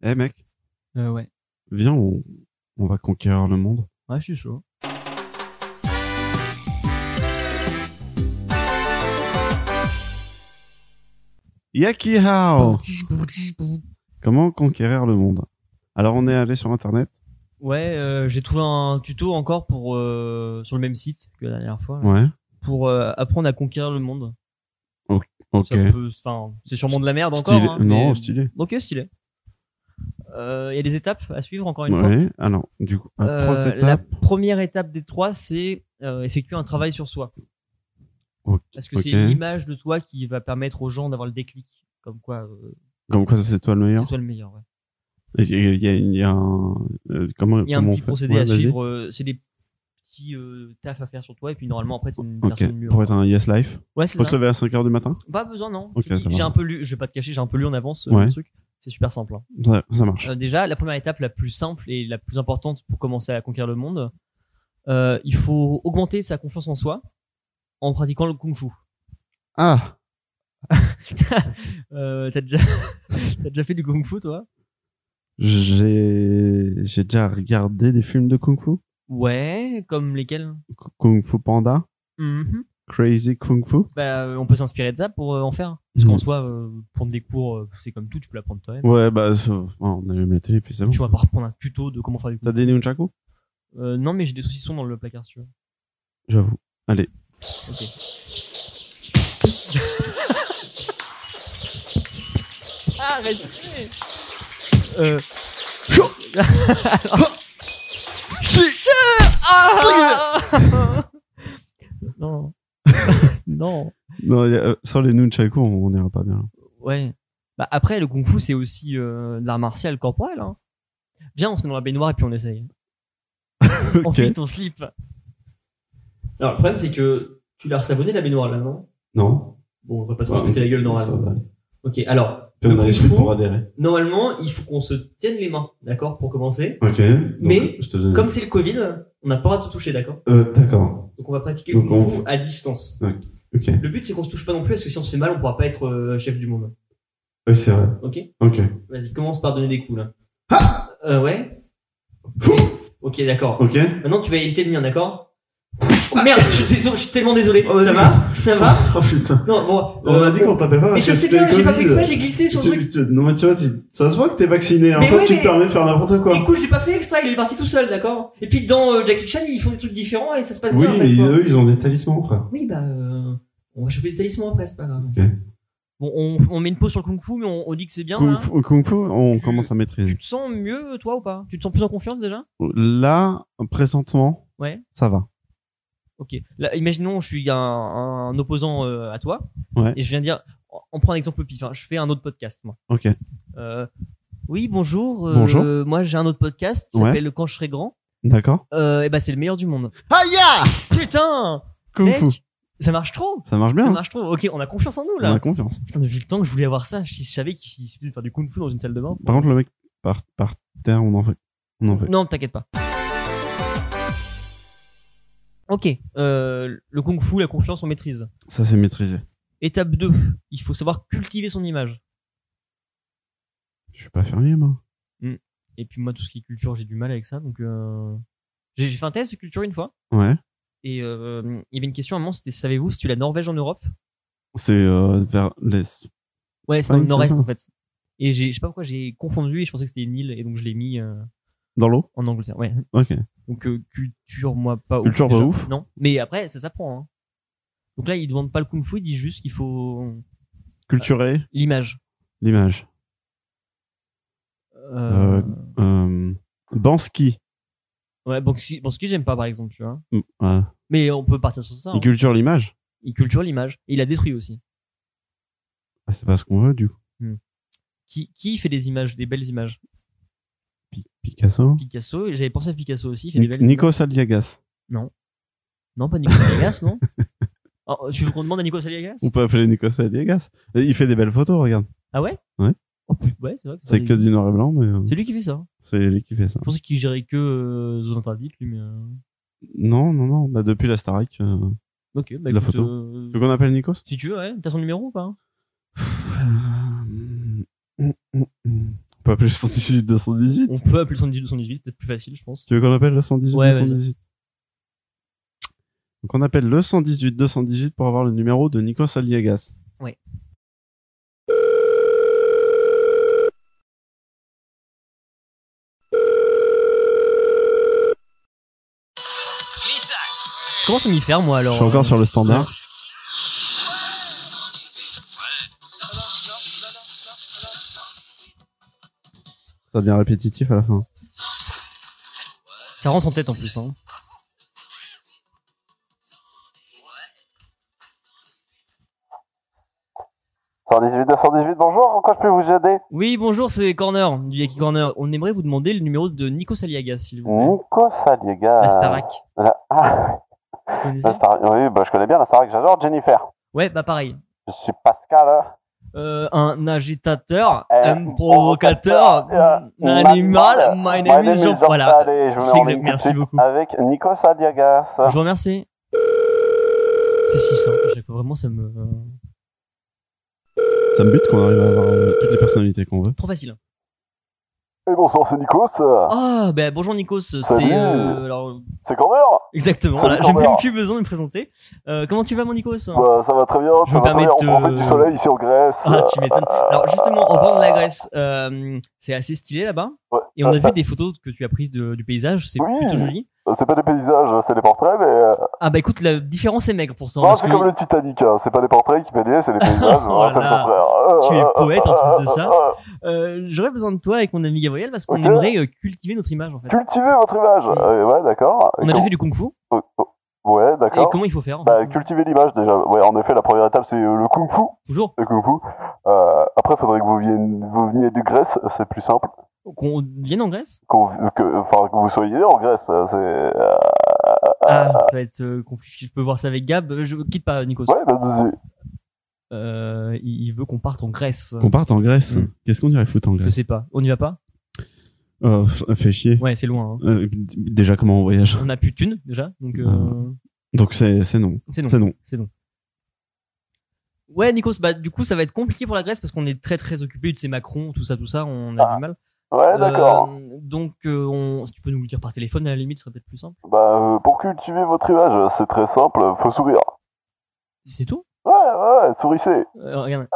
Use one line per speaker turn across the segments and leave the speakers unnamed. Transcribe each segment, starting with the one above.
Eh mec,
Euh, ouais.
viens, on, on va conquérir le monde.
Ouais, je suis chaud.
Yaki Hao Comment conquérir le monde Alors on est allé sur internet.
Ouais, euh, j'ai trouvé un tuto encore pour euh, sur le même site que la dernière fois là,
Ouais.
pour euh, apprendre à conquérir le monde.
Ok.
Ça peut- enfin, c'est sûrement de la merde encore.
Stylé.
hein,
non,
mais-
stylé.
Ok, stylé. Euh, Il y a des étapes à suivre encore une fois.
Ouais. Alors, du coup, à
Euh,
trois
la
étapes.
première étape des trois, c'est euh, effectuer un travail sur soi.
Ok.
Parce que c'est
Ok.
une image de toi qui va permettre aux gens d'avoir le déclic. Comme quoi, euh,
Comme quoi, c'est toi le
c'est
meilleur.
toi le meilleur. ouais.
Il y a, il y a- il y a un. euh, comment
Il y a un
comment on
petit
fait
procédé
Ouais,
à
vas-y.
suivre. euh, c'est des petits euh, tafs à faire sur toi. Et puis normalement, après, t'es une
Ok.
personne mieux. hein.
Pour être un yes life.
Ouais, c'est
Faut
ça.
se lever à 5 heures du matin.
Pas besoin, non.
Ok,
Je te dis,
ça
j'ai
va.
un peu lu, je vais pas te cacher, j'ai un peu lu en avance euh,
Ouais.
le truc. C'est super simple. hein.
Ça, ça marche.
Euh, déjà, la première étape la plus simple et la plus importante pour commencer à conquérir le monde, euh, il faut augmenter sa confiance en soi en pratiquant le kung fu.
Ah.
Euh, t'as déjà, t'as déjà fait du kung fu, toi
J'ai j'ai déjà regardé des films de kung fu.
Ouais, comme lesquels
K- Kung Fu Panda,
Mhm.
Crazy Kung Fu.
Bah, euh, on peut s'inspirer de ça pour euh, en faire. Parce
Mhm.
qu'en soi, euh, prendre des cours, euh, c'est comme tout, tu peux l'apprendre toi-même.
Ouais, bah ça- oh, on allume la télé puis c'est bon.
Tu vas pas reprendre un tuto de comment faire du kung
T'as des nunchaku
fu. Euh, non, mais j'ai des saucissons dans le placard, si tu veux.
J'avoue. Allez.
Ok. Arrêtez euh... Ah Non. non.
Non, il y a- euh, sans les nunchaku, on on n'ira pas bien.
Ouais. Bah après, le kung fu, c'est aussi euh, de l'art martial corporel. Hein. Viens, on se met dans la baignoire et puis on essaye.
ok.
Enfile ton slip. Alors, le problème, c'est que tu l'as resavonné la baignoire là, non
Non.
Bon, on va pas trop se péter la gueule dans la. Ok, alors.
Puis
le kung fu,
adhérer.
normalement, il faut qu'on se tienne les mains, d'accord, pour commencer.
Ok.
Mais,
je te donne. Euh,
Comme c'est le Covid, on n'a pas le droit de se toucher, d'accord
D'accord.
Donc on va pratiquer le
Donc
kung fu
on-
à distance.
Ok.
Le but c'est qu'on se touche pas non plus, parce que si on se fait mal, on pourra pas être euh, chef du monde.
c'est vrai.
Ok
Ok.
Vas-y, commence par donner des coups là. euh, ouais.
Fou.
Ok, d'accord.
Ok.
Maintenant tu vas éviter le mien, d'accord Oh, Merde, je suis, désolé, je suis tellement désolé.
On a
ça
dit-
va Ça va
Oh putain.
Non, bon.
On
euh,
a dit qu'on tapait pas.
Mais
parce
je
que
sais
c'était
bien,
le
j'ai pas fait
Covid.
exprès, j'ai glissé sur le truc.
Tu- tu- Non mais tu vois, tu- ça se voit que t'es vacciné. hein.
Mais
Toi,
ouais,
tu
mais-
te permets de faire n'importe quoi.
Écoute, j'ai pas fait exprès, il est parti tout seul, d'accord Et puis dans euh, Jackie Chan, ils font des trucs différents et ça se passe
Oui,
bien. à chaque
mais euh, ils-
fois.
eux, ils ont des talismans, frère.
Oui, bah, euh, on va choper des talismans après, c'est pas grave.
Ok.
Bon, on, on met une pause sur le kung fu, mais on, on dit que c'est bien.
Kung
là.
fu, kung fu, on commence à maîtriser.
Tu te sens mieux, toi, ou pas Tu te sens plus en confiance déjà
Là, présentement,
Ouais.
ça va.
Ok. Là, imaginons, je suis un, un opposant euh, à toi,
Ouais.
et je viens de dire, on prend un exemple au pif. hein, je fais un autre podcast, moi.
Ok.
Euh, oui, bonjour. euh,
Bonjour.
Moi, j'ai un autre podcast qui
Ouais.
s'appelle Quand je serai grand.
D'accord.
Euh, et bah, c'est le meilleur du monde. Putain,
ah! Kung
mec,
fu.
ça marche trop.
Ça marche
Ça
bien. hein.
marche trop. Ok, on a confiance en nous
On
là.
a confiance.
Putain, depuis le temps que je voulais avoir ça, si je savais qu'il suffisait de faire du kung fu dans une salle de bain.
Par contre, le mec, par, par terre, on en fait. On en fait.
Non, t'inquiète pas. Ok, euh, le kung fu, la confiance, on maîtrise.
Ça, c'est maîtrisé.
Étape 2, il faut savoir cultiver son image.
Je suis pas fermier, moi.
Et puis moi, tout ce qui est culture, j'ai du mal avec ça. Donc, euh, j'ai j'ai fait un test de culture une fois.
Ouais.
Et euh, il y avait une question à un moment, c'était savez-vous si tu la Norvège en Europe
C'est euh, vers l'est.
Ouais, c'est
Ouais,
dans le
c'est
nord-est
ça.
en fait. Et j'ai- je sais pas pourquoi j'ai confondu et je pensais que c'était une île et donc je l'ai mis euh,
Dans l'eau
en Angleterre. Ouais.
Ok.
Donc euh, culture, moi pas ouf.
Culture, pas
déjà.
ouf.
Non, mais après ça s'apprend. Hein. Donc là, il demande pas le kung fu, il dit juste qu'il faut
Culturer
l'image.
l'image.
Euh...
Euh, Euh, Bansky.
Ouais, Banksy, Banksy, j'aime pas par exemple, tu vois.
Mm, ouais.
Mais on peut partir sur ça. hein.
Il culture l'image
Il culture l'image et il la détruit aussi.
ah, C'est pas ce qu'on veut, du coup.
Qui, qui fait des images, des belles images
Pi- Picasso.
Picasso. et J'avais pensé à Picasso aussi. Il fait des
Nic-
belles.
Nikos Aliagas.
Non, pas Nicolas Aliagas, non Oh, Tu veux qu'on demande à Nicolas Aliagas
On peut appeler Nikos Aliagas. Et Il fait des belles photos, regarde.
Ah ouais
Ouais.
Oh, put- ouais, c'est vrai. que c'est
C'est
pas
que
des-
du noir et blanc, mais euh,
C'est lui qui fait ça.
c'est lui qui fait ça.
Je pensais qu'il gérait que euh, zone interdite, lui, mais. euh,
Non, non, non. Bah, depuis la Starac. Euh...
Ok, bah
La
écoute,
photo.
euh,
Tu veux qu'on appelle Nikos
Si tu veux, ouais. T'as son numéro ou pas
Euh, mm, mm, mm. On peut appeler le 118 218.
On peut appeler le 118 218, peut-être plus facile, je pense.
Tu veux qu'on appelle le 118
Ouais,
218 Donc on appelle le 118 218 pour avoir le numéro de Nikos Aliagas.
Ouais. Je commence à m'y faire, moi, alors.
Je suis encore
euh,
sur le standard. Ça devient répétitif à la fin.
Ça rentre en tête en plus. Hein.
bonjour, en quoi je peux vous aider
Oui, bonjour, c'est Corner, du Yaki Corner. On aimerait vous demander le numéro de Nico Saliaga, s'il vous plaît.
Nico Saliega.
La Starac.
La- Oh. ah,
Vous connaissez
la Star- Oui, bah, je connais bien la Starac, j'adore Jennifer.
Ouais, bah pareil.
Je suis Pascal. hein.
Euh, un agitateur,
Euh,
un provocateur,
euh,
un animal. My name is Jean. Voilà.
Allez, je vous
C'est
mets en
exact,
ligne tout de
merci
suite
beaucoup.
Avec Nico Saliagas.
Je vous remercie. C'est si simple, à chaque fois, vraiment, ça me. euh,
Ça me bute qu'on arrive à avoir euh, toutes les personnalités qu'on veut.
Trop facile.
Et bonsoir, c'est Nico. C'est
Ah, ben bonjour Nikos, c'est.
Salut.
euh, alors,
Corner.
exactement,
Salut,
voilà, j'ai
Corner.
même plus besoin de me présenter. Euh, comment tu vas, mon Nikos
Bah, ça va très bien.
Je
ça
me
va très
permets
bien.
de-
On profite du soleil ici en Grèce.
Ah, tu m'étonnes. Alors, justement, au bord de la Grèce, euh, c'est assez stylé là-bas.
Ouais.
Et on a vu des photos que tu as prises de- du paysage, c'est
Oui.
plutôt joli.
Euh, C'est pas des paysages, c'est des portraits, mais. euh,
Ah, bah écoute, la différence est maigre pour ça.
Non,
parce
c'est
que-
comme le Titanic. hein. C'est pas les portraits qui m'éliaient, c'est les paysages.
Oh
c'est le
là.
contraire. Euh,
Tu es
euh,
poète, en
euh,
plus de
euh,
ça.
euh,
Euh, j'aurais besoin de toi avec mon ami Gabriel parce qu'on
Ok.
aimerait euh, cultiver notre image en fait.
Cultiver votre image.
Mm.
Euh, ouais, d'accord.
On a déjà fait du kung fu.
Oh, oh. Ouais,
Et
d'accord.
comment il faut faire en
Bah,
fait, ça
cultiver l'image déjà. Ouais, en effet, la première étape c'est euh, le kung fu.
Toujours.
Le kung fu. Euh, après, faudrait que vous veniez, vous veniez de Grèce. C'est plus simple.
Qu'on vienne en Grèce
Qu'on- que, enfin, que vous soyez né en Grèce. euh, C'est. euh,
Ah, ça va être euh, compliqué. Je peux voir ça avec Gab. Euh, Je quitte pas, Nikos.
Ouais, bah, dis-
Euh, il il veut qu'on parte en Grèce.
Qu'on parte en Grèce.
Mm.
Qu'est-ce qu'on irait foutre en
Je
Grèce
sais pas. On y va pas
euh, pff, Fait chier.
Ouais, c'est loin. hein.
Euh, d- déjà, comment on voyage
On a plus de thunes déjà, donc euh,
Donc c'est c'est non.
c'est non.
C'est non.
Ouais, Nikos. Bah du coup, ça va être compliqué pour la Grèce parce qu'on est très très occupé de ces Macron, tout ça, tout ça. On a
Ah.
du mal.
ouais, d'accord.
Euh, donc, euh, on... si tu peux nous le dire par téléphone, à la limite, ce serait peut-être plus simple.
Bah, euh, pour cultiver votre image, c'est très simple. Faut sourire.
C'est tout.
Ouais, ouais, sourissez.
Euh, regarde.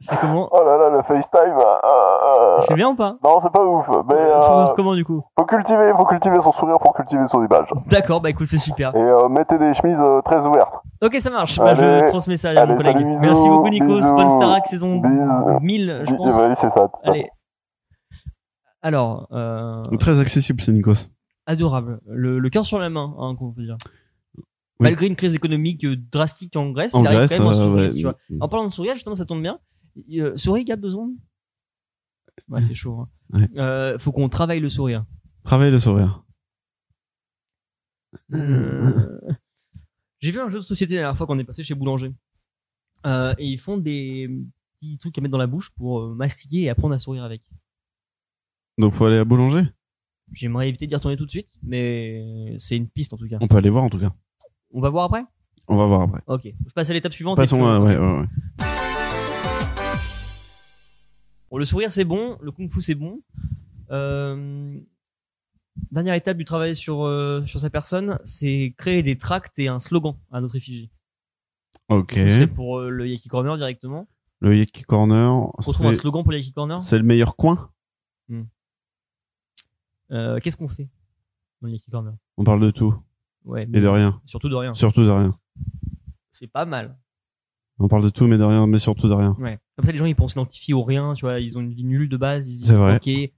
c'est comment
Oh là là, le FaceTime. euh, euh,
C'est bien ou pas
Non, c'est pas ouf. Mais
Faut voir
euh,
comment du coup
faut cultiver, faut cultiver son sourire pour cultiver son image.
D'accord, bah écoute, c'est super.
Et euh, mettez des chemises euh, très ouvertes.
Ok, ça marche. Bah, je
Allez.
transmets ça à mon
Allez,
collègue.
salut, bisous,
Merci beaucoup, Nico.
bisous.
Bonne Starac saison
Bisous.
1000, Euh, je
Oui,
pense.
bah oui, c'est ça. tout à fait.
Allez. Alors, euh,
Très accessible, c'est Nikos.
adorable. Le, le cœur sur la main, hein, qu'on peut dire.
Oui.
Malgré une crise économique euh, drastique en Grèce,
En
il arrive
Grèce,
quand même à
euh,
sourire.
ouais.
tu vois. En parlant de sourire, justement, ça tombe bien. Euh, souris, Gab, deux secondes Ouais, c'est chaud. hein.
Ouais.
Euh, faut qu'on travaille le sourire.
Travaille le sourire.
Euh, J'ai vu un jeu de société la dernière fois qu'on est passé chez Boulanger. Euh, et ils font des petits trucs à mettre dans la bouche pour euh, mastiquer et apprendre à sourire avec.
Donc faut aller à Boulanger
J'aimerais éviter d'y retourner tout de suite, mais c'est une piste en tout cas.
On peut aller voir en tout cas.
On va voir après
On va voir après.
Ok. Je passe à l'étape suivante. et
Passons,
puis on-
euh, ouais, ouais, ouais.
Bon, le sourire c'est bon, le kung fu c'est bon. Euh, Dernière étape du travail sur, euh, sur sa personne, c'est créer des tracts et un slogan à notre effigie.
Ok.
C'est pour euh, le Yaki Corner directement.
Le Yaki Corner,
On trouve un
c'est-
slogan pour le Yaki Corner.
c'est le meilleur coin.
Euh, qu'est-ce qu'on fait dans le Yaki Corner
On parle de tout
Ouais, mais
et de rien.
surtout de rien.
Surtout de rien.
C'est pas mal.
On parle de tout mais de rien, mais surtout de rien.
Ouais. Comme ça, les gens ils pensent s'identifier au rien, tu vois, ils ont une vie nulle de base, ils se disent
C'est vrai.
ok, ils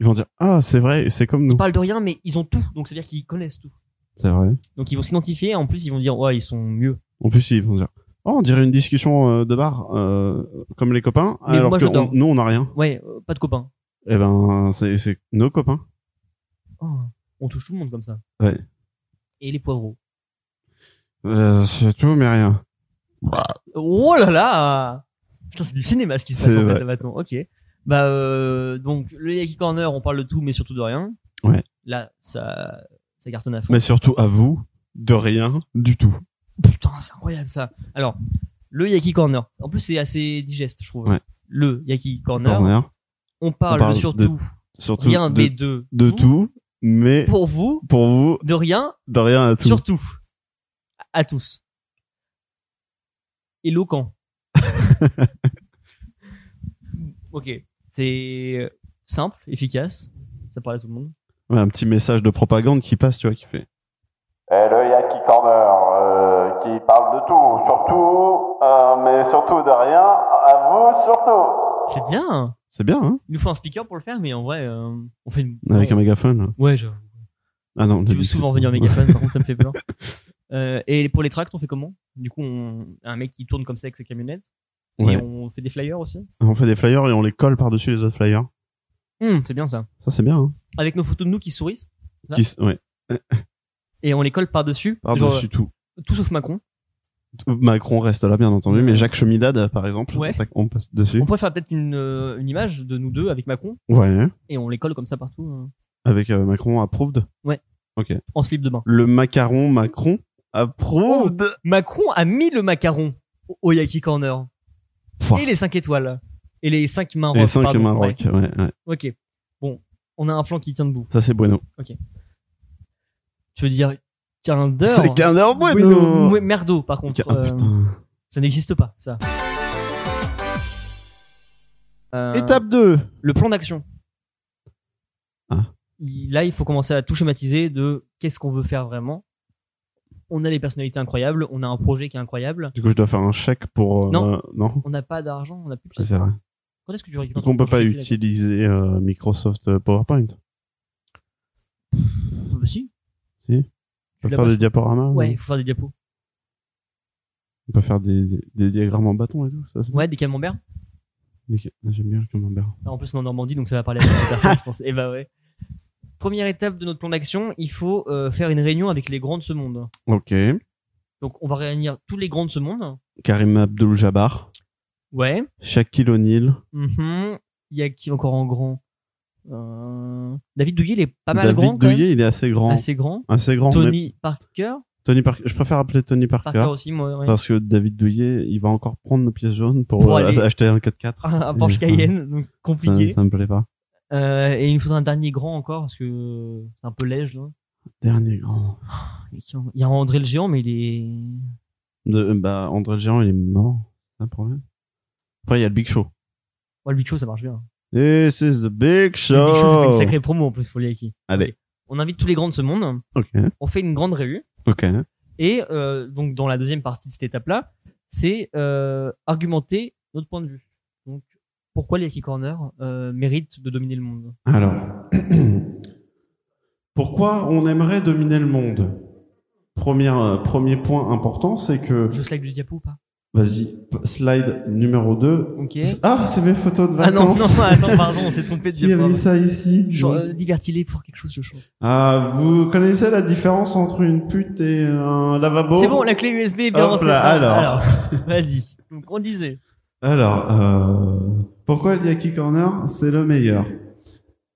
Ils vont dire ah c'est vrai, c'est comme nous.
parlent de rien, mais ils ont tout, donc c'est-à-dire qu'ils connaissent tout.
C'est vrai.
Donc ils vont s'identifier, en plus ils vont dire ouais, ils sont mieux.
En plus ils vont dire oh on dirait une discussion euh, de bar euh, comme les copains.
Mais
alors
moi,
que
je dors.
on- nous on n'a rien.
Ouais, euh, pas de copains.
Eh ben c'est c'est nos copains.
Oh, on touche tout le monde comme ça.
Ouais.
Et les poivrons.
Euh, c'est tout mais rien.
Oh là là Putain, c'est du cinéma ce qui se passe
C'est
en fait
vrai.
là, maintenant. Ok. Bah euh, donc le Yaki Corner, on parle de tout, mais surtout de rien.
Ouais.
Là, ça, ça cartonne à fond.
Mais surtout à vous de rien du tout.
Putain, c'est incroyable ça. Alors, le Yaki Corner. En plus, c'est assez digeste, je trouve.
Ouais.
Le Yaki Corner.
Corner.
on parle,
parle
de surtout
de- Surtout
rien
de,
mais de,
de
vous.
tout, mais pour,
Pour vous,
vous,
de rien,
de rien à tout.
surtout. À- À tous. Éloquent. ok. C'est simple, efficace. Ça parle à tout le monde.
Ouais, un petit message de propagande qui passe, tu vois, qui fait.
Et le Yaki Corner, euh, qui parle de tout, surtout, euh, mais surtout de rien, à vous surtout.
C'est bien.
C'est bien, hein
Il nous faut un speaker pour le faire, mais en vrai, euh, on fait une.
Avec un
on-
mégaphone.
Ouais, je.
Ah non, on a
Tu veux
dit
souvent
c'est-
venir en mégaphone, par contre, ça me fait peur. Euh, et pour les tracts, on fait comment Du coup, on... un mec qui tourne comme ça avec sa camionnette.
Ouais.
Et on fait des flyers aussi.
On fait des flyers et on les colle par-dessus les autres flyers.
Hum, c'est bien ça.
Ça, c'est bien, hein
Avec nos photos de nous qui sourient. Là.
Qui s- ouais,
Et on les colle par-dessus. Genre,
par-dessus tout.
euh, tout sauf Macron.
Macron reste là, bien entendu, mais Jacques Chemidade, par exemple,
Ouais.
tac, on passe dessus.
On pourrait faire peut-être une, euh, une image de nous deux avec Macron.
Ouais.
Et on les colle comme ça partout. euh,
Avec euh, Macron approved.
en slip de bain.
Le macaron Macron approved.
Macron a mis le macaron au- au Yaki Corner.
Pouah.
Et les 5 étoiles. Et les 5 mains
Les
rock,
cinq
Oh, pardon.
Maroc. Ouais. ouais.
Ouais. Ok. Bon, on a un plan qui tient debout.
Ça, c'est bueno.
Tu veux dire qu'un d'heure
C'est qu'un heure bueno.
hein. Bueno- Ouais, Merdo, par contre.
Ah,
euh,
putain.
ça n'existe pas, ça. Euh,
Étape 2.
Le plan d'action.
Ah.
Il- Là, il faut commencer à tout schématiser de qu'est-ce qu'on veut faire vraiment. On a des personnalités incroyables, on a un projet qui est incroyable,
Du coup, je dois faire un chèque pour. euh,
Non.
non.
on n'a pas d'argent, on n'a plus de
Ah,
pièces.
c'est vrai.
Quand est-ce que tu récupères
Donc, on
ton
peut pas
projet, tu l'as-
utiliser euh, Microsoft PowerPoint.
Euh, Si,
On peut
l'as
faire
pas
des
fait.
diaporamas.
ouais,
non
il faut faire des diapos.
On peut faire des, des, des diagrammes en bâton et tout. Ça, c'est-
Ouais, des camemberts.
Des- J'aime bien le camembert.
Ah, En plus, on est en Normandie, donc ça va parler à beaucoup de personnes, je pense. Eh bah ouais. Première étape de notre plan d'action, il faut euh, faire une réunion avec les grands de ce monde.
Ok.
Donc, on va réunir tous les grands de ce monde.
Karim Abdul-Jabbar.
Ouais.
Shaquille O'Neal.
Mhm. Il y a qui encore en grand Euh, David Douillet, il est pas mal
David
grand. quand même.
Douillet, il est assez grand. Assez,
Assez grand.
grand. mais-
Tony Parker.
Tony Parker. Je préfère appeler Tony Parker.
Parker aussi, moi. ouais.
Parce que David Douillet, il va encore prendre nos pièces jaunes pour,
Pour
euh,
aller-
acheter un 4x4.
Un Porsche
ça-
Cayenne, donc
Ça,
compliqué.
ça me plaît pas.
Euh, et il nous faudra un dernier grand encore, parce que c'est un peu léger. là.
Dernier grand.
Il y a André le géant, mais il est.
De, bah, André le Géant, il est mort. C'est un problème. Après, il y a le Big Show.
Ouais, le Big Show, ça marche bien.
This is the Big Show.
Le Big Show, ça fait une sacrée promo en plus pour les Yaki.
Allez.
On invite tous les grands de ce monde.
Ok.
On fait une grande revue.
Ok.
Et euh, donc, dans la deuxième partie de cette étape-là, c'est euh, argumenter notre point de vue. Donc, pourquoi les Yaki Corner euh, méritent de dominer le monde
Alors. Pourquoi on aimerait dominer le monde? Première, euh, premier point important, c'est que,
Je slide du diapo ou pas
vas-y, p- slide numéro 2.
Ok.
Ah, c'est mes photos de
Ah non,
vacances.
non, attends, pardon, on s'est trompé de
Qui a
diapo.
mis ça ici?
Genre, euh, Divertis-les pour quelque chose, je change.
Ah, vous connaissez la différence entre une pute et un lavabo
C'est bon, la clé USB est bien
Hop
rentrée.
là, alors.
Vas-y. Donc, on disait.
Alors, euh, pourquoi le Yaki Corner C'est le meilleur.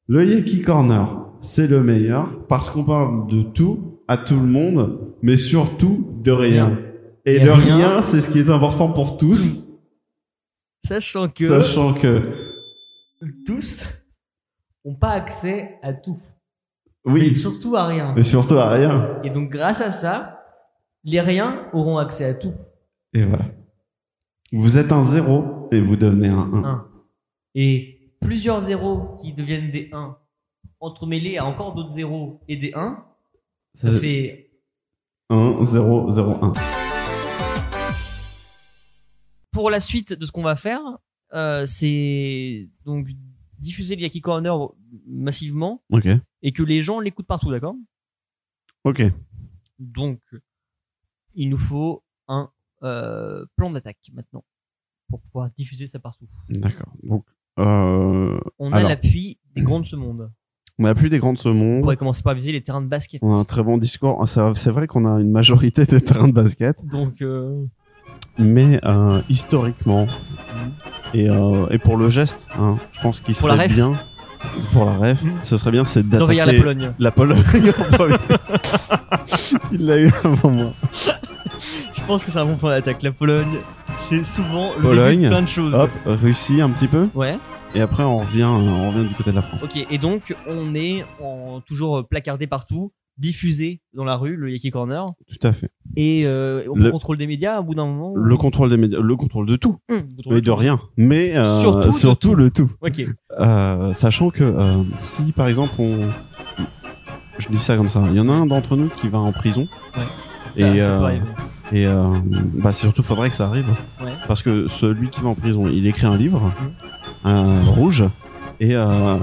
Le Yaki Corner, c'est le meilleur parce qu'on parle de tout à tout le monde, mais surtout de rien. Et,
Et
le rien,
rien-
c'est ce qui est important pour tous,
Sachant que
sachant que
tous n'ont pas accès à tout. Mais
oui,
surtout à rien.
mais surtout à rien.
Et donc, grâce à ça, les riens auront accès à tout.
Et voilà. Vous êtes un zéro et vous devenez un 1.
Un. Et plusieurs zéros qui deviennent des 1, entremêlés à encore d'autres zéros et des 1, ça
Euh.
fait
1 0 0 1.
pour la suite de ce qu'on va faire, euh, c'est donc diffuser le Yaki Corner massivement
OK.
et que les gens l'écoutent partout, d'accord
OK.
Donc, il nous faut un euh, plan d'attaque maintenant pour pouvoir diffuser ça partout.
D'accord. Donc, euh,
On
Alors.
a l'appui des grands de ce monde.
on n'a plus des grands de ce
On
monde.
pourrait commencer par viser les terrains de basket.
On a un très bon discours. Ah, Ça- C'est vrai qu'on a une majorité des terrains de basket,
Donc, euh,
mais euh, historiquement et, euh, et pour le geste, hein, je pense qu'il
Mhm. Pour la
serait
ref.
bien pour la ref.
Mhm.
Ce serait bien, c'est
d'envahir la
d'attaquer
Pologne.
la Pologne en premier. Il l'a eu avant moi.
Je pense que c'est un bon point d'attaque. La Pologne, c'est souvent le
Pologne.
début de plein de choses.
Hop, Russie un petit peu.
Ouais.
Et après, on revient, euh, on revient du côté de la France.
Ok. Et donc, on est en, toujours placardé partout, diffusé dans la rue, le Yaki Corner.
Tout à fait.
Et euh, on prend
Le-
contrôle des médias au bout d'un moment.
Le contrôle des médias, le contrôle de tout,
Hum, vous trouvez
mais de rien. Mais euh,
Surtout de tout.
le tout.
Ok.
Euh, sachant que euh, si par exemple on je dis ça comme ça il y en a un d'entre nous qui va en prison
Ouais.
et,
Ah, ça, ça
euh,
peut arriver.
et euh, bah surtout faudrait que ça arrive
Ouais.
parce que celui qui va en prison il écrit un livre
Mmh.
un rouge et euh,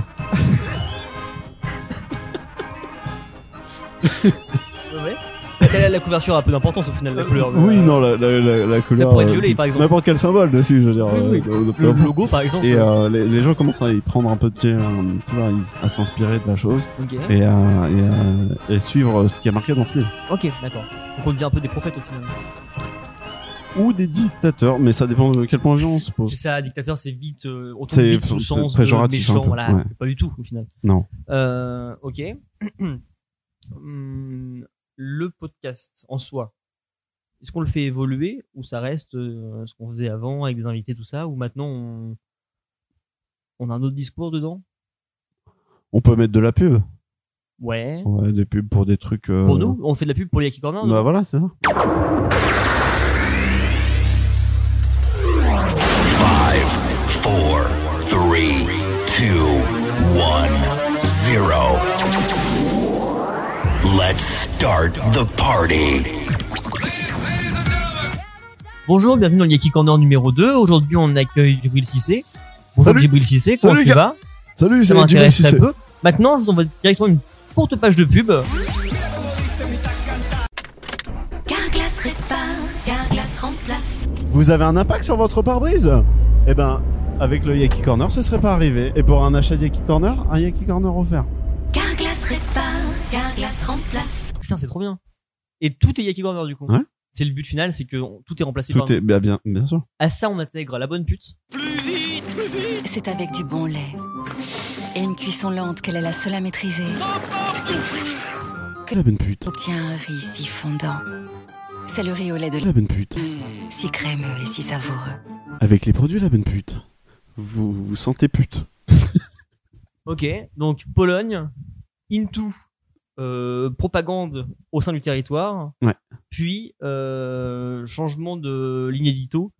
Ouais. La, la couverture a peu d'importance au final, la couleur. de-
Euh, oui non la, la, la, la couleur
pourrait être
euh,
violet,
qui-
par exemple.
n'importe quel symbole dessus je veux dire
Oui,
euh,
oui. Mmh.
euh, peu
Le
importe.
logo, par exemple.
et euh, les, les gens commencent à y prendre un peu de euh, tu vois ils- à s'inspirer de la chose
Ok.
et, à- et à- et suivre ce qui est marqué dans ce livre
Ok, d'accord. Donc on devient un peu des prophètes au final.
ou des dictateurs, mais ça dépend de quel point de vue on se
C'est
pose.
ça, dictateur, c'est vite, euh, on tombe
C'est
vite sous le
p-
sens de
péjoratif un
méchant,
peu,
voilà,
ouais.
pas du tout au final.
Non.
Euh, ok. Hum, le podcast en soi, est-ce qu'on le fait évoluer ou ça reste euh, ce qu'on faisait avant avec des invités tout ça ou maintenant on, on a un autre discours dedans
On peut mettre de la pub,
Ouais.
ouais, des pubs pour des trucs. euh,
Pour nous, on fait de la pub pour les Yaki Corner, non
Bah voilà, c'est ça.
Five, four, three, two, one, zero. Let's start the party.
Bonjour, bienvenue dans le Yaki Corner numéro 2. Aujourd'hui, on accueille Djibril Cissé. Bonjour
Salut.
Djibril Cissé, comment
Salut,
tu
gars.
vas
Salut,
ça
c'est Jimmy
m'intéresse très
Cissé.
peu. Maintenant, je vous envoie directement une courte page de pub.
Carglass répare, Carglass remplace.
Vous avez un impact sur votre pare-brise Eh ben, avec le Yaki Corner, ce serait pas arrivé. Et pour un achat de Yaki Corner, un Yaki Corner offert.
Carglass répare, Carglass remplace.
Putain, c'est trop bien. Et tout est Yaki Corner du coup.
Ouais.
C'est le but final, c'est que on- tout est remplacé par.
Tout est bah, bien, bien sûr.
À ça, on intègre la bonne pute.
C'est avec du bon lait et une cuisson lente qu'elle est la seule à maîtriser.
Que la bonne pute.
Obtient un riz si fondant. C'est le riz au lait de
Que
lait
la bonne pute.
si crémeux et si savoureux.
Avec les produits la bonne pute. Vous vous sentez pute.
Ok. Donc Pologne, into euh, propagande au sein du territoire.
Ouais.
Puis euh, changement de ligne édito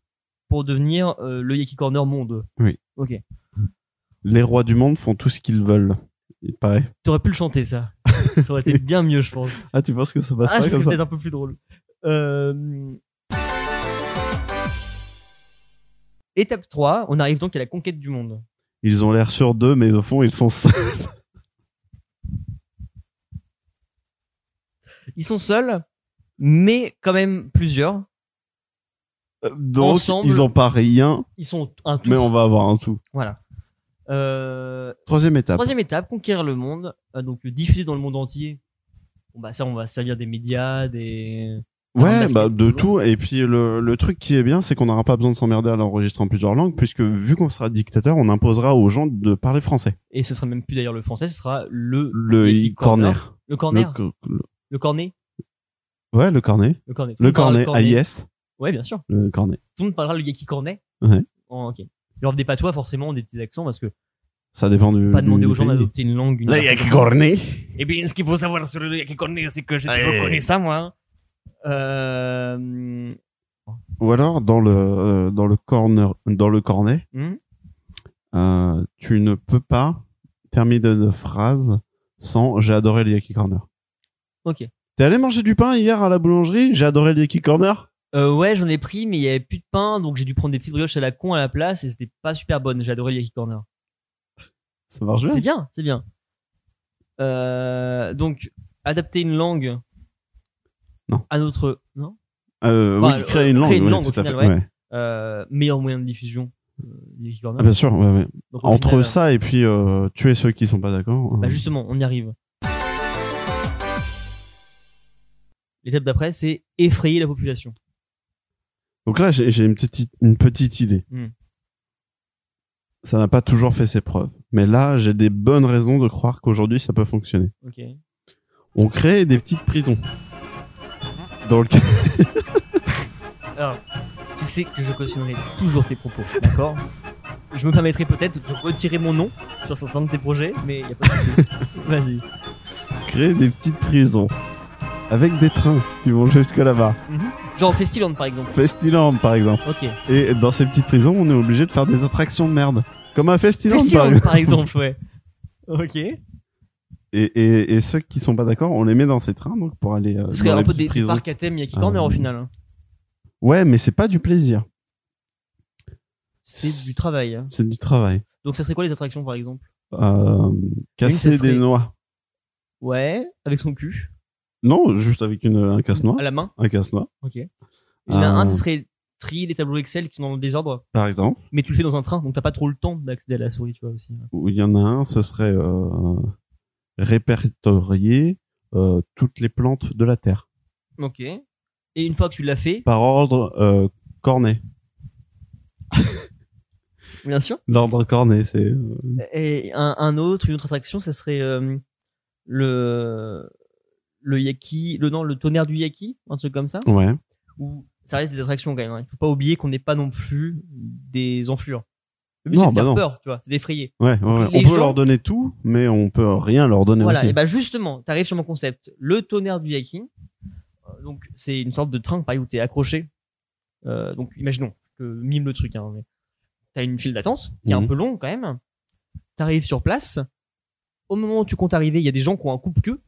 pour devenir euh, le Yaki Corner monde.
Oui.
Ok.
Les rois du monde font tout ce qu'ils veulent. Il paraît.
T'aurais pu le chanter ça. ça aurait été bien mieux, je pense.
Ah, tu penses que ça passe
Ah, c'est peut-être un peu plus drôle. Euh, Étape 3, on arrive donc à la conquête du monde.
Ils ont l'air sûrs d'eux, mais au fond, ils sont
Ils sont seuls, mais quand même plusieurs.
Donc,
Ensemble.
ils ont pas rien,
Ils sont un tout.
mais on va avoir un tout.
Voilà. Euh,
Troisième étape.
troisième étape, conquérir le monde, euh, donc le diffuser dans le monde entier. Bon, bah ça, on va se servir des médias, des...
Ouais,
Basket,
bah, de tout.
toujours.
Et puis, le, le truc qui est bien, c'est qu'on n'aura pas besoin de s'emmerder à l'enregistrer en plusieurs langues, puisque vu qu'on sera dictateur, on imposera aux gens de parler français.
Et ce sera même plus d'ailleurs le français, ce sera le...
Le
Yaki
i- corner.
Le
Le,
corner. Le,
co- le-
cornet.
ouais, le cornet.
Le cornet. Tout
Le
monde parlera
cornet. ah, AIS.
Ouais, bien sûr.
Le cornet.
Tout le monde parlera le Yaki Cornet.
Ouais.
Oh, ok. Il y aura des patois, forcément, des petits accents, parce que
Ça dépend du.
pas demander
du
aux gens
pays.
d'adopter une langue. Une
cornet.
Eh bien, ce qu'il faut savoir sur le Yaki Cornet, c'est que j'ai
Allez.
toujours connu ça, moi. Euh...
Ou alors, dans le, euh, dans le corner, dans le cornet,
hmm
euh, tu ne peux pas terminer de phrase sans j'ai adoré le Yaki Corner.
Ok.
T'es allé manger du pain hier à la boulangerie? J'ai adoré le Yaki Corner.
Euh, ouais, j'en ai pris, mais il y avait plus de pain, donc j'ai dû prendre des petites brioches à la con à la place, et c'était pas super bonne. J'ai adoré le Yaki Corner.
Ça marche bien.
C'est bien, c'est bien. Euh... Donc, adapter une langue
Non.
à notre... Non
Euh,
Enfin,
oui, créer une
euh,
langue.
créer une
oui,
langue,
tout
au
à fait,
final, ouais.
ouais.
euh, meilleur moyen de diffusion euh, du Yaki Corner.
Ah, bien sûr, ouais, ouais.
Donc, au
Entre
final,
ça et puis euh, tuer ceux qui sont pas d'accord. euh.
Bah justement, on y arrive. L'étape d'après, c'est effrayer la population.
Donc là, j'ai j'ai une petite, une petite idée.
Hmm.
Ça n'a pas toujours fait ses preuves. Mais là, j'ai des bonnes raisons de croire qu'aujourd'hui, ça peut fonctionner.
Ok.
On crée des petites prisons. Dans le
Alors, tu sais que je cautionnerai toujours tes propos, d'accord Je me permettrai peut-être de retirer mon nom sur certains de tes projets, mais il a pas de souci. Vas-y.
Créer des petites prisons. Avec des trains qui vont jusque là-bas.
Genre Festiland par exemple.
Festiland, par exemple.
Ok.
Et dans ces petites prisons, on est obligé de faire des attractions de merde. Comme un Festiland, par
Festiland
exemple.
par exemple, ouais. Ok.
Et, et, et ceux qui sont pas d'accord, on les met dans ces trains, donc, pour aller euh,
Ce serait
dans les
un peu
petites
des, des
prisons.
parcs à thème Yaki Corner au
Euh,
final. hein.
Ouais, mais c'est pas du plaisir.
C'est du travail. hein.
C'est du travail.
Donc ça serait quoi les attractions par exemple
Euh,
ça
casser
serait-
des noix.
Ouais, avec son cul,
Non, juste avec une, un casse-noix.
à la main.
Un casse-noix,
Ok. Il y en a
Euh.
un, ce serait trier les tableaux Excel qui sont dans le désordre,
par exemple.
mais tu le fais dans un train, donc t'as pas trop le temps d'accéder à la souris, tu vois aussi.
Ou il y en a un, ce serait euh, répertorier euh, toutes les plantes de la Terre.
Ok. Et une fois que tu l'as fait,
Par ordre euh, corné.
bien sûr.
L'ordre corné, c'est... euh,
Et un, un autre, une autre attraction, ça serait euh, le le yaki, le non, le tonnerre du yaki, un truc comme ça.
Ouais.
Ou ça reste des attractions quand même. hein. Il faut pas oublier qu'on n'est pas non plus des enflures. Le but
Non,
c'est de
bah
faire
non.
peur, tu vois, c'est d'effrayer.
Ouais, ouais, ouais.
les
on peut
gens-
leur donner tout, mais on peut rien leur donner
Voilà.
aussi.
Et bah justement, t'arrives sur mon concept, le tonnerre du yaki. Euh, Donc c'est une sorte de train, pareil où t'es accroché. Euh, donc imaginons, je te mime le truc. Hein, mais t'as une file d'attente qui est un
Mhm.
peu longue quand même. T'arrives sur place. Au moment où tu comptes arriver, il y a des gens qui ont un coupe-queue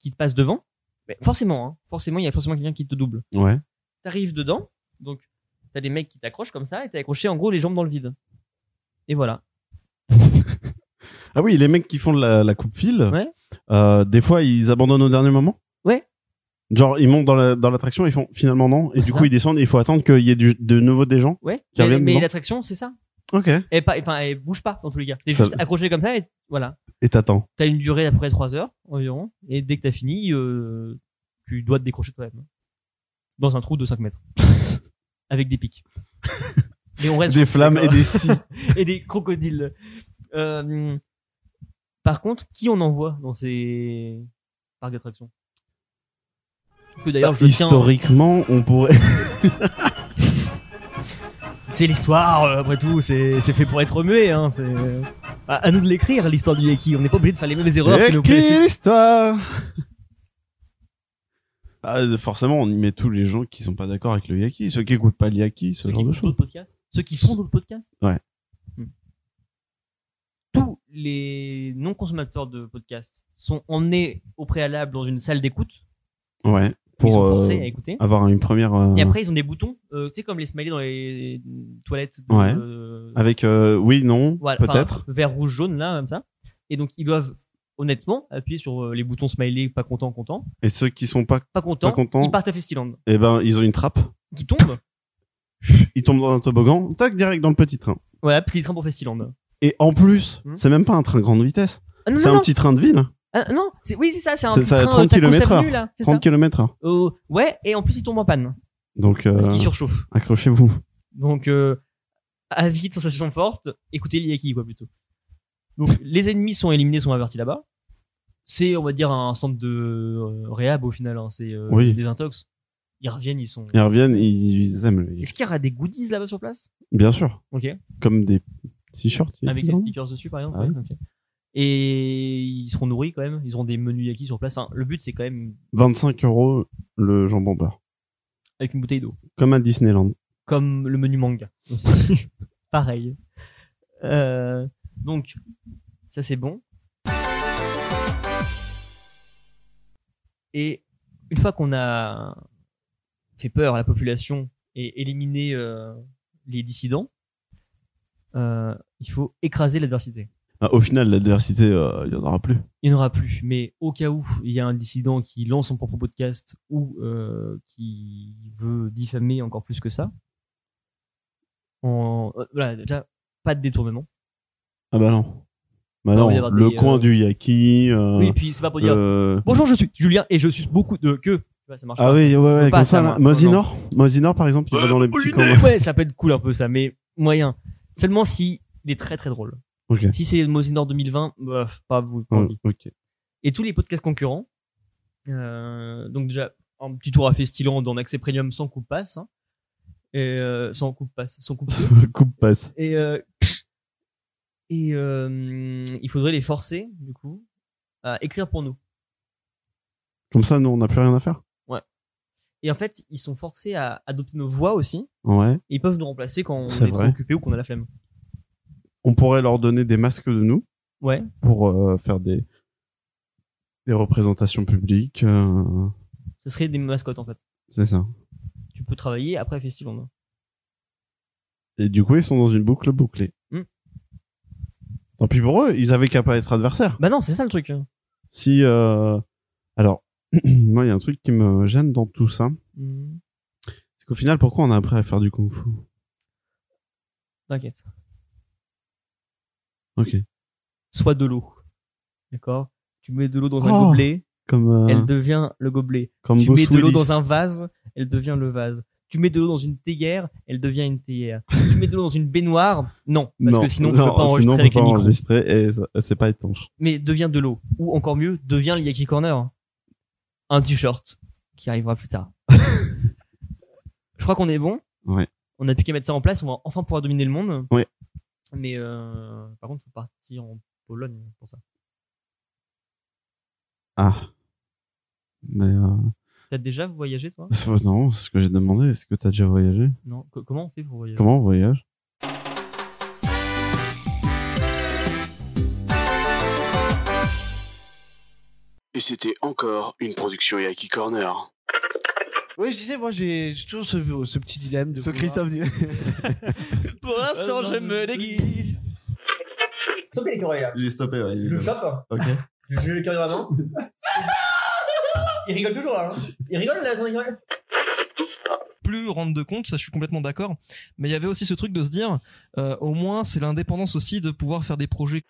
qui te passe devant. Mais forcément, hein, forcément, il y a forcément quelqu'un qui te double.
Ouais.
T'arrives dedans, donc t'as des mecs qui t'accrochent comme ça et t'es accroché en gros les jambes dans le vide. Et voilà.
Ah oui, les mecs qui font de la, la coupe-file,
Ouais.
euh, des fois, ils abandonnent au dernier moment
Ouais.
Genre, ils montent dans la- dans l'attraction, ils font finalement non, et
C'est
du
ça.
coup, ils descendent, et il faut attendre qu'il y ait du- de nouveau des gens.
Ouais.
Qui
Mais,
reviennent
mais
dedans.
l'attraction, c'est ça.
Ok.
Elle, est pas, enfin, elle bouge pas dans tous les cas. T'es
Ça-
juste accroché comme ça et voilà.
Et t'attends.
T'as une durée d'à peu près 3 heures environ et dès que t'as fini, euh, tu dois te décrocher toi-même. Dans un trou de 5 mètres. Avec des pics. Mais on reste
Des
gentil,
flammes et
d'accord
des scies.
et des crocodiles. Euh, par contre, qui on envoie dans ces parcs d'attractions Que d'ailleurs,
Bah,
je tiens.
Historiquement, on pourrait.
C'est l'histoire, euh, après tout, c'est c'est fait pour être remué. Hein, c'est- à, à nous de l'écrire, l'histoire du Yaki. On n'est pas obligé de faire les mêmes erreurs que nos
Écrire
prédécesseurs.
l'histoire Ah, euh, Forcément, on y met tous les gens qui sont pas d'accord avec le yaki, ceux qui écoutent pas le yaki, ce
Ceux qui
genre de
font
choses.
d'autres podcasts Ceux qui font d'autres podcasts
Ouais.
Hmm. Tous les non-consommateurs de podcasts sont emmenés au préalable dans une salle d'écoute.
Ouais.
Ils sont
Pour
forcés
euh,
à écouter.
avoir une première. euh,
Et après, ils ont des boutons, euh, tu sais, comme les smileys dans les toilettes. de-
Ouais.
euh,
Avec euh, oui, non,
voilà, enfin,
peut-être.
Vert, rouge, jaune, là, comme ça. Et donc, ils doivent, honnêtement, appuyer sur euh, les boutons smiley, pas content, content.
Et ceux qui sont pas,
Pas content,
Pas content.
ils partent à Festiland.
eh ben, ils ont une trappe.
Qui tombe
Ils tombent dans un toboggan, tac, direct dans le petit train.
Voilà, petit train pour Festiland.
Et en plus,
Hmm.
c'est même pas un train grande vitesse.
Ah, non,
C'est
non,
un
non.
petit train de ville,
Ah, non, c'est- oui, c'est ça, c'est un
C'est
petit
ça,
train
30
euh, Tacos
kilomètres
Avenue, là. C'est
30
ça.
km heure.
Euh, ouais, et en plus, ils tombent en panne.
Donc, euh,
Parce qu'ils surchauffent.
accrochez-vous.
Donc, euh, avis de sensations fortes, écoutez l'Iaki, quoi, plutôt. Donc, les ennemis sont éliminés, sont avertis là-bas. C'est, on va dire, un centre de euh, réhab au final. hein. C'est euh,
Oui.
des intox. Ils reviennent, ils sont.
Ils reviennent, ils, ils aiment le yaki.
Est-ce qu'il y aura des goodies là-bas sur place
Bien sûr.
Ok.
Comme des t-shirts. il y a
Avec
qui,
les
non
stickers dessus, par exemple.
Ah
ouais, ok. Et ils seront nourris quand même. Ils auront des menus Yaki sur place. Enfin, le but, c'est quand même
25 euros le jambon beurre.
avec une bouteille d'eau.
Comme à Disneyland.
comme le menu manga. aussi. Pareil. Euh, donc, ça c'est bon. Et une fois qu'on a fait peur à la population et éliminé euh, les dissidents, euh, il faut écraser l'adversité.
Ah, au final, l'adversité, euh, il y en aura plus.
Il n'y en aura plus, mais au cas où il y a un dissident qui lance son propre podcast ou euh, qui veut diffamer encore plus que ça, en- euh, voilà, déjà, pas de détournement.
Ah bah non. Bah
Non,
non,
il va y avoir
le
des,
coin
euh,
du yaki. euh,
Oui, puis c'est pas pour dire
euh,
bonjour, je suis Julien et je suis beaucoup de que. Tu vois, ça marche
Ah
pas.
oui, ouais,
peux
ouais,
pas,
comme
ça,
ça.
moi.
là. Mosinor, Mosinor, par exemple, il va dans les petits coins.
Ouais, ça peut être cool un peu ça, mais moyen. Seulement si il est très très drôle.
Ok.
Si c'est Mosinor 2020, bah, pas vous. pas envie.
Ouais, ok.
et tous les podcasts concurrents. Euh, donc déjà un petit tour à Festiland en accès premium sans coup de passe. hein. et euh, sans coupe passe, sans coupe
Coupe passe.
et euh, et euh, il faudrait les forcer du coup à écrire pour nous.
Comme ça, nous, on n'a plus rien à faire.
Et en fait, ils sont forcés à adopter nos voix aussi.
Ouais.
Et ils peuvent nous remplacer quand on
C'est
est trop
vrai.
occupé ou qu'on a la flemme.
On pourrait leur donner des masques de nous
Ouais.
pour euh, faire des des représentations publiques. euh,
Ce serait des mascottes en fait.
c'est ça.
Tu peux travailler après festival. non
Et du coup, ils sont dans une boucle bouclée.
Hmm.
Tant pis pour eux, ils avaient qu'à pas être adversaires.
Bah non, c'est ça le truc. hein.
Si, euh, alors, moi, il y a un truc qui me gêne dans tout ça,
Mhm.
c'est qu'au final, pourquoi on a appris à faire du kung-fu
T'inquiète.
Ok.
Soit de l'eau. D'accord Tu mets de l'eau dans un
Oh.
gobelet,
Comme, euh,
elle devient le gobelet.
comme
tu
Bruce
mets de l'eau
Willis.
dans un vase, elle devient le vase. Tu mets de l'eau dans une théière, elle devient une théière. tu mets de l'eau dans une baignoire, non, parce
Non,
que
non,
sinon on peut pas
sinon, on
enregistrer
peut
avec les
pas
micros.
enregistrer et ça- c'est pas étanche.
Mais devient de l'eau, ou encore mieux, devient le Yaki Corner. Un t-shirt qui arrivera plus tard. Je crois qu'on est bon.
Ouais.
On a plus qu'à mettre ça en place, on va enfin pouvoir dominer le monde.
Ouais.
Mais euh, par contre, faut partir en Pologne pour ça.
Ah. Mais euh,
T'as déjà voyagé toi
non, c'est ce que j'ai demandé. Est-ce que t'as déjà voyagé
Non. Co- comment on fait pour voyager
Comment on voyage
Et c'était encore une production Yaki Corner.
Oui, je disais, moi, j'ai j'ai toujours ce, ce petit dilemme. De vouloir-
Pour l'instant, je me déguise.
Stopper les coréens.
Il est stoppé. Ouais,
Je le chope,
Ok.
je lui mets le caméraman. Il rigole toujours là. hein. Il rigole là, attends, il rigole.
plus rendre de compte, ça je suis complètement d'accord. Mais il y avait aussi ce truc de se dire, euh, au moins c'est l'indépendance aussi de pouvoir faire des projets.